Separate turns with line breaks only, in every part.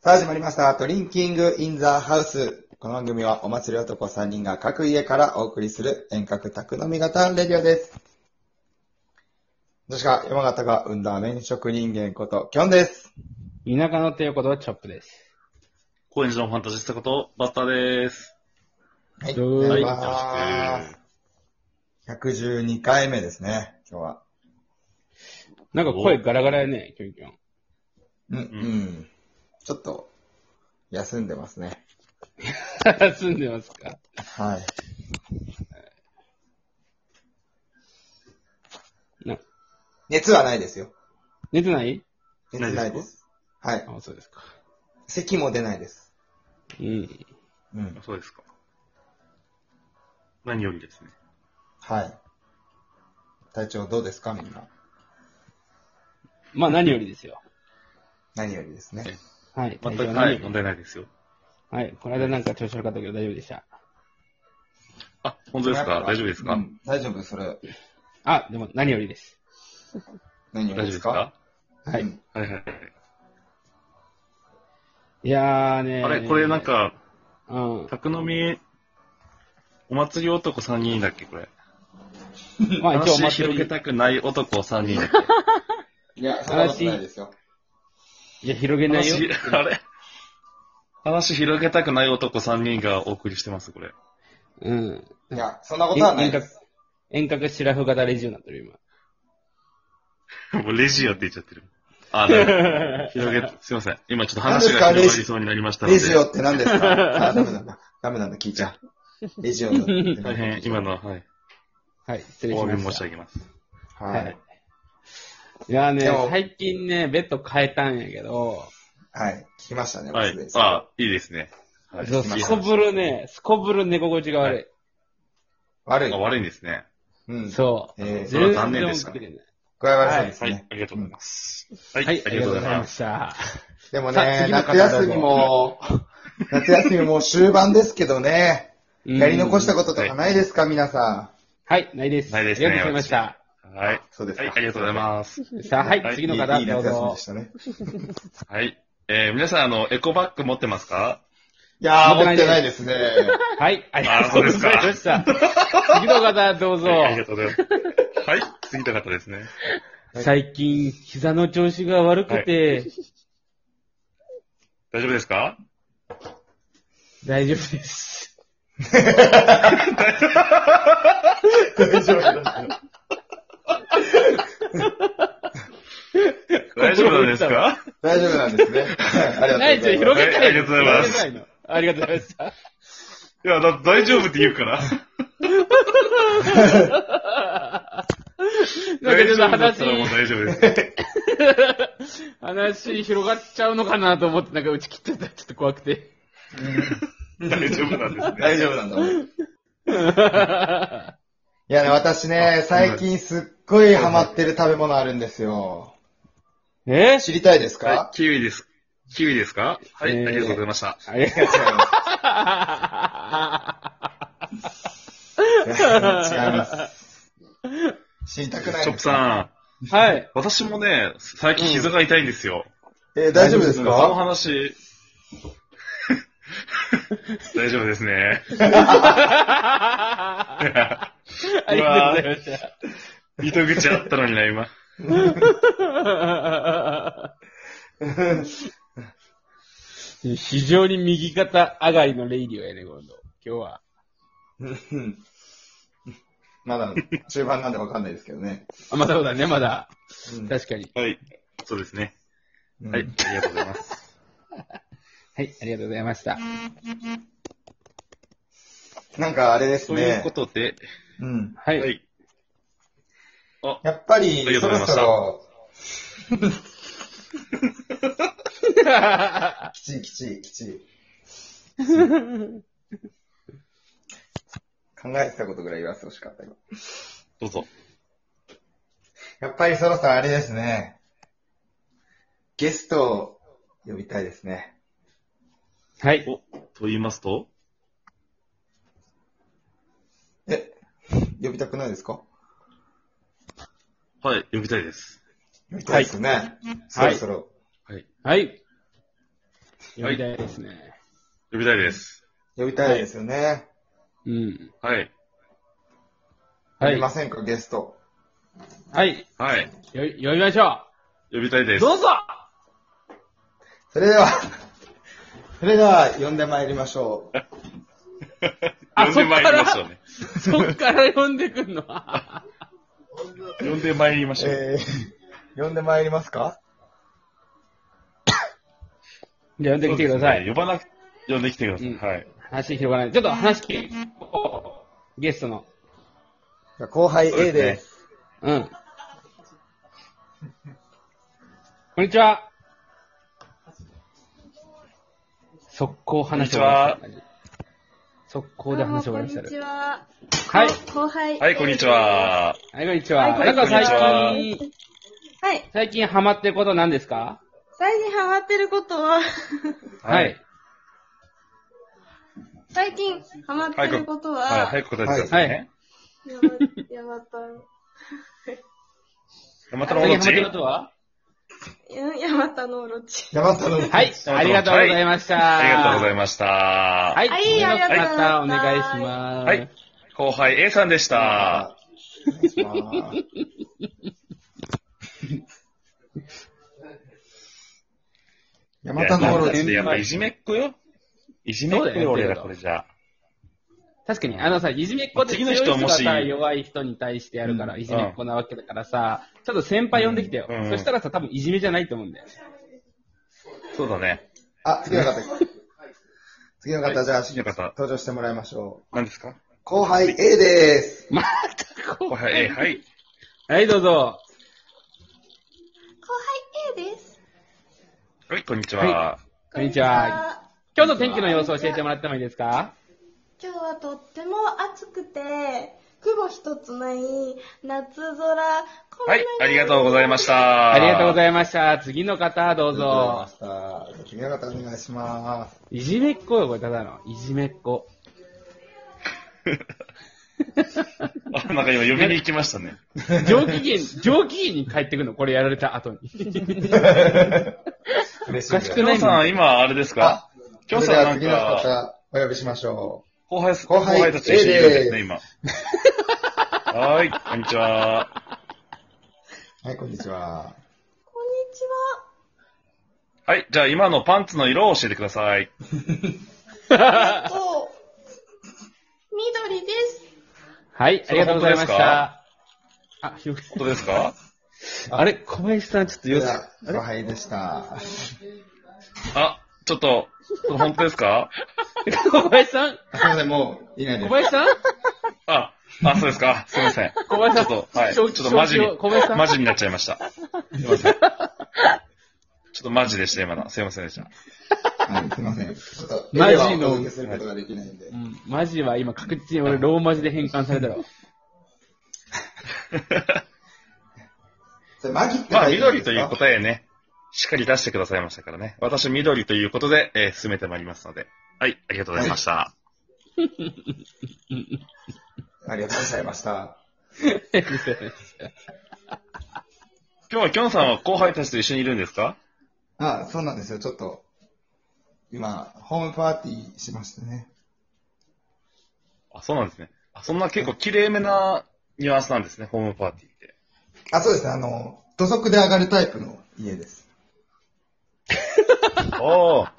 さあ始まりました。ドリンキングインザハウス。この番組はお祭り男3人が各家からお送りする遠隔宅飲み型レディオです。女子が山形が生んだ麺食人間こと、キョンです。
田舎のっていうことはチョップです。
高円寺のファンタジスタこと、バッターです。
はい、
どう
お願
も
はい
し
い、よ
ま
ろし
す。112回目ですね、今日は。
なんか声ガラガラやね、キョンキョン。
うん、うん。ちょっと、休んでますね。
住んでますか
はい。
な
熱はないですよ。
寝てない
熱な
ないい
で。
です
はい。
あ、そうですか。
咳も出ないです。
うん。
うん
く。そうですか。何よりですね。
はい。体調どうですかみんな。
まあ何よりですよ。
何よりですね。
はい。体
全く、
調
は
何
い、
より
問題ないですよ。
はい。この間なんか調子悪かったけど大丈夫でした。
あ、本当です
やっ
か
ぱ
大丈夫ですか、
うん大丈夫それ。
あ、でも何よりです。
何よ
大
りで
丈夫ですす
か
か
は
う
い。
ん
はいはいはい。
いやーねー。
あれ、これなん。か、
うん。
宅飲み、お祭り男3人だっけこれ。
まあ一応
話
ま
広げ
り。
たくない男3人だっ
いや、そんなことないですよ。
いや、広げ
け
ないよ。
話、あれ話広げたくない男3人がお送りしてます、これ。
うん。
いや、そんなことはない
遠
で
隔
す。、
遠隔シラフ型レジオになってる、今。
もうレジオって言っちゃってる。あ、なるほど広げ、すいません。今ちょっと話が
何ですか
広がりそうになりましたの
レ
で。
ジオって何ですかあ、ダメなんだ。ダメなんだ、聞いちゃう。レジオだってなんか
大変、今のは、はい。
はい。失礼し
お詫
ま
び
し
申
た。
し上げます。
は
はい
い。。
いやーね
でも、
最近ね、ベッド変えたんやけど、
はい。聞きましたね、
はい
忘れ。て
あ、いいですね。はい
そう、
聞きまし
す
た
こぶるね、すこぶる寝心地が悪い。
悪い
あ。悪いんですね。
うん。
そう。
えー
それは残念でした
全然起きれない
具合悪そうです
は
ね。
い、ありがとうございます。
は
は
い、ありがとうございま
し
した。
でも
さあ
ね、
次の方
夏休みも、夏休みも終盤ですけどね、やり残した
こ
こととかないですか、皆さ
とはい、ないです。
ないです
あ
ね
りがとうござい
た。はい。
そうですか
はい、ありがとうございます。
ました。さあ、は、
はいい
次
ん。
の
いい
方、
いい
どう
夏休みで
ぞ
し。たね。
はい。えー、皆さん、あの、エコバッグ持ってますか
いやー、
持
持
ってな
っ
い
て
です
ないですね。
はい、ありがとうございました。次の方、どうぞ。
はいありがとうございます。はい、次の方ですね。
最近、膝の調子が悪くて、
大丈夫ですか
大丈夫です。
大丈夫だ
大丈夫なんですか
大丈夫なん ですね。はいあ
な
り
い
がと
じゃ
う
あ
ございま
広げたいの。
はいありがとうござ
広げたのありがとうござい
います
ました。
いや、だって大丈夫って言うから。
なんか
大
ちょっと
丈夫だったらもう
話、
大丈夫です。
話広がっちゃうのかなと思って、なんか打ち切っちゃった。ちょっと怖くて。
大丈夫なんですね。
す。大丈夫なんだ。俺い
は
やね、私ね、最近すっごいハマってる食べ物あるんですよ。
いえ
知りたいです
は
か
い、キウイです。キウイですかはい、
えー
ありがとうございました。
ありが
いや違いま
と
す。いや違い ます。知りたくない
チ
で
ョップ
すか。
さん、
う。はい。
私もね、最近膝が痛いんですよ。
えー、大丈夫です
その
か
話。 大丈夫です ね。
ありがとうございました。
糸口あったのにな、今。
非常に右肩上がりのレイディオやね、今度。今日は。
うん まだ中盤なんでわかんないですけどね。
あ、まだそうだね、まだ。
うん
確かに。
はい。そうですね。
うん
はい、ありがとうございます。
はい、ありがとうございました。
なんかあれです
という
ね
こ。とで、
うん。
は。
はいい。あ、
やっぱ
あ
り
り、がと
そう
ご
ろ
ざいました
そろ、
は
きちいきちいきちい。考えてたことぐらい言わせてほしかった、今。
どうぞ。
やっぱりそろそろあれですね。ゲストを呼びたいですね。
い。
お、と言いますと
え、呼びたくないですか
はい、呼びたいです。
呼びたいですよね。そろそろ。
はい。
はい。呼びたいですね。
呼びたいです。
呼びたいですよね。
うん。
はい。
呼
は
び
い
ま。せんか、ゲスト。
はい。
はい。
よ呼びましょ
呼びたいで
う。
す。
どうぞ
それでは、 それでは、呼んでまいりましょう。
あ
呼んでまいりましょうね。
そっから呼んでくんのは
呼んでまいりましょう。
えー、呼んでまいりますか
じゃあ呼んできてくださ
そうです
い。
ね呼ばなく、呼んできてください。
うん
はい。
話広がらない。ちょっと話聞こうゲストの。
じゃあ後輩 A です。
うん。こんにちは。速攻話を終わらせた。速攻で話を終わらせ
どうもこんにち
る。
は。
はい。
後輩。
はい、こんにち。は。
はい、こんにちは。
はい
なんか最
こん
に
近、
はい。
最近ハマってること何ですか
最近ハマってることは、
はい。
最近ハマってることは、
はい、早く答えてくださいね。
やば、やばた、
山田のお
最近ハマ
ど
っ
ち
てることは
うんやばたのオロチ。
山田の。
はい、ありがとうございました。
ありがとうござい
ま
まし
す
た。は。
はいい、
は
よ
いあり
か
が
っ
とうござ
た。お
います
願いします。
はい。後輩 A さんでした。
お願いします山田のオロ
いやなんか
チ。
ねやっぱいじめっ子よ。いじめっ
そう
子
だよ
よ、俺
やっ
ら
てること
これじゃ。
確かに、あのさ、いじめっ子って
次
強
の
い
人
人が
もし
さ、弱い人に対してやるから、
うん
いじめっ子なわけだからさ、ちょっと先輩呼んできてよ。
うん
そしたらさ、多分いじめじゃないと思うんだよ。
そうだね。
あ、次の方。次の方、じゃあ、
次の方
登場してもらいましょう。
何ですか
後輩 A です。
またこ
後輩 A、はい。
う。はい、どうぞ。
後輩 A です。
はい、こんにちは。
こんにちは。。今日の天気の様子を教えてもらってもいいですか
今日はとっても暑くて、雲一つない夏空。
はい、ありがとうございまし
は
た。
ありがとうご
い
ざいました。次の方、どう
あり
ぞ。
がとうございました。次の方、お願いします。
いじめっ子よ、これ、ただの。いじめっ子。
ます。あ、なんか今呼びに行きましたね。
上機嫌、上機嫌に帰ってくるの、これやられた後に。
嬉しい
お
で
かし
す
く
き
な
ょ
いう
さん、今、あれです
あ
かきょう
それで
さ
は
ん、なん
次の
か、
方、お呼びしましょ
後輩、後
後輩
輩たちと一緒にいるんですね、
A
今。はーい、こんにちは。
う。はい、こんにちは。
こんにちは。
はい、じゃあ今のパンツの色を教えてください。
と、緑です。
はい、ありがとうございました。あ、ひろ
本当で すか
あれ、小林さん、ちょっと
で
よ
は、後輩でした。
あ、ちょっと、本当ですか
く、小林さん
あ、すいません、もう、いないで
小
す。
林さん
あ、あ、そうですか。すいません。
小林さん
ちょっと、はい。ちょ
承
っ
知
とマジに
承知を小林さ、ん
マジになっちゃいました。すいません。ちょっとマジでした、今の。すいませんでした。
はい、すいません。ちょっと、
マ
絵
ジの
をお届けすることができないんで
う。ん、マジは今確実に俺ローマ字で変換さ れたろ。
それ、マギって
まあ、
書いてあるんで
緑
す
と
か
いう答えね、しっかり出してくださいましたからね。私、緑ということで、えー進めてまいりますので。はい、ありがとうございました。
ありがとうございました。
今日は、きょんさんは後輩たちと一緒にいるんですか
あ、そうなんですよ。ちょっと、今、ホームパーティーしましてね。
あ、そうなんですね。あそんな結構綺麗めなニュアンスなんですね、ホームパーティーって。
あ、そうですね。あの、土足で上がるタイプの家です。
おー。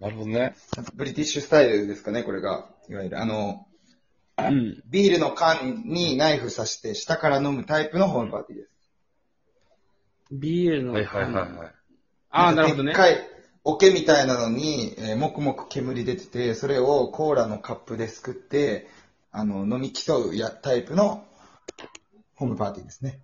なるほどね。
ブリティッシュスタイルですかね、これが。いわゆる、あの、
うん。
ビールの缶にナイフ刺して、下から飲むタイプのホームパーティーです。
ビールの。
はいはいはいはい。
ああ、なるほど
で
ね
っ。かい、桶みたいなのに、えー、もくもく煙出てて、それをコーラのカップですくって、あの、飲み競うやタイプのホームパーティーですね。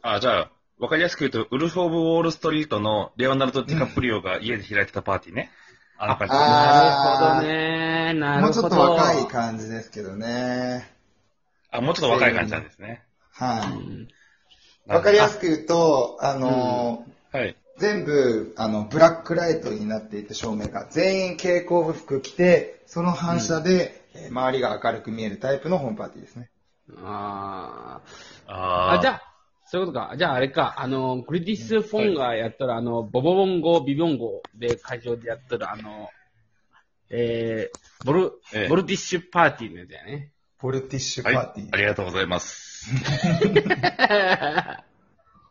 あ、じゃあ、わかりやすく言うと、ウルフ・オブ・ウォール・ストリートのレオナルド・ディカプリオが家で開いてたパーティーね。あの感じ
あ
なるほ
あ
どね。な
も
る
うちょ
ほ
っ
ど。
と若い感じですけどね。
もうちょっと若い感じなんですね。
はい。
うん
わかりやす
く。
く言うと、あのー
はい。
全部、あの、ブラックライトになっていて、照明が。全員蛍光服着て、その反射で、えー周りが明るく見えるタイプのホームパーティーですね。
あーあ、
あ
じゃ
あ。
あ、そういうことか。じゃああれか、あの、グリディス・フォンがやったら、あの、ボボボン号、ビビョン号で会場でやったら、あの、えー、ボル、
ええ
ボルティッシュパーティーのやつや ね。
ポルティッシュパ
はい。
ー
あ
ティー。
りがとうございます。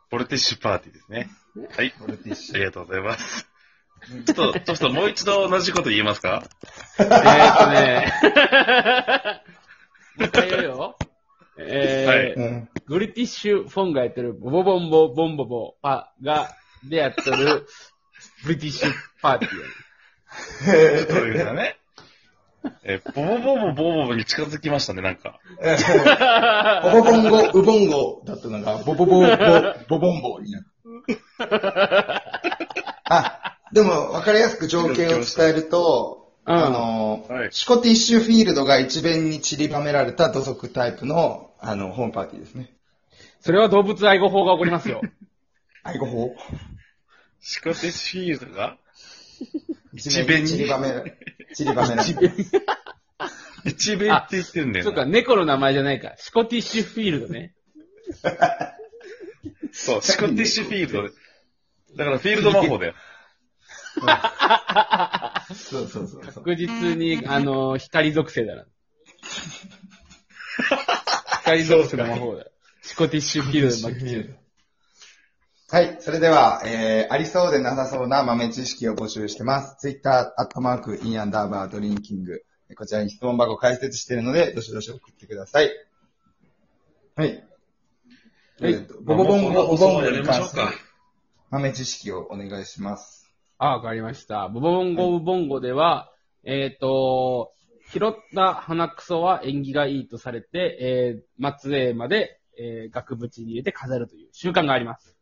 ポルティッシュパーティーですね。はい。
ポルティッシ
あ
ュ。
りがとうございます。ちょっと、ちょっともう一度同じこと言えますか
えーっと ね、もう一回言うよ。えー
はい
うん。
グリティッシュフォンがやってる、ボボボンボボンボボパが、でやってる、ブリティッシュパーティーやね。
そういうことだね。え、ボボボボボボボに近づきましたね、なんか。
ボボボンゴ、ウボンゴだったのが、ボボボボ、ボボンボになる。あ、でも分かりやすく条件を伝えると、
うん
あの、
はい
シコティッシュフィールドが一面に散りばめられた土足タイプの、あの、ホームパーティーですね。
それは動物愛護法が起こりますよ。
愛護法
シコティシフィールドが
一
面
面
に
に散りばめ、 散りばめられた。
一面って言ってんだよ
そうか、
な。
猫の名前じゃないか。シコティッシュフィールドね。
そう、シコティシフィールドで。だからフィールド魔法だよ。
そうそうそうそう。
確実に、あの、光属性だな。光属性の魔法だ。シコティッシュフィールドの魔法
はい。それでは、えー、ありそうでなさそうな豆知識を募集してます。ツイッター、アットマーク、インアンダーバー、ドリンキング。こちらに質問箱を開設しているので、どしどし送ってください。はい。
はい
えーとボボボンゴ、ボボンゴ
やめ
に
まし
関
ょう
する
か。
豆知識をお願いします。
あ、わかりました。ボボボンゴウボンゴでは、えっ、と、拾った花くそは縁起がいいとされて、えー、末裔まで、えー、額縁に入れて飾るという習慣があります。